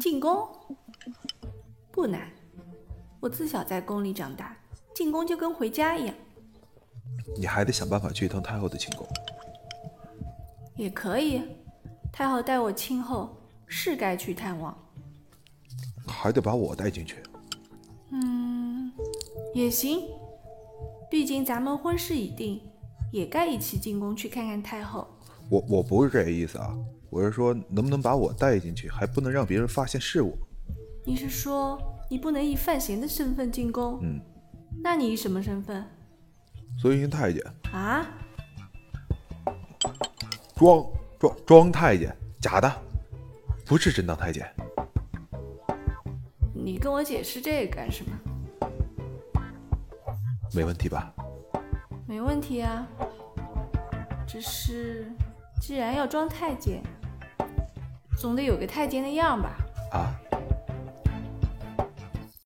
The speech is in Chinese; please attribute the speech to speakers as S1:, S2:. S1: 进宫不难，我自小在宫里长大，进宫就跟回家一样。
S2: 你还得想办法去一趟太后的寝宫。
S1: 也可以，啊太后待我亲厚，是该去探望。
S2: 还得把我带进去。
S1: 嗯，也行，毕竟咱们婚事已定，也该一起进宫去看看太后。
S2: 我我不是这个意思啊，我是说能不能把我带进去，还不能让别人发现是我。
S1: 你是说你不能以范闲的身份进宫？
S2: 嗯，
S1: 那你以什么身份
S2: 随行太监，
S1: 啊？
S2: 装装装太监，假的，不是真当太监。
S1: 你跟我解释这个干什么？
S2: 没问题吧？
S1: 没问题啊，只是既然要装太监，总得有个太监的样吧？
S2: 啊，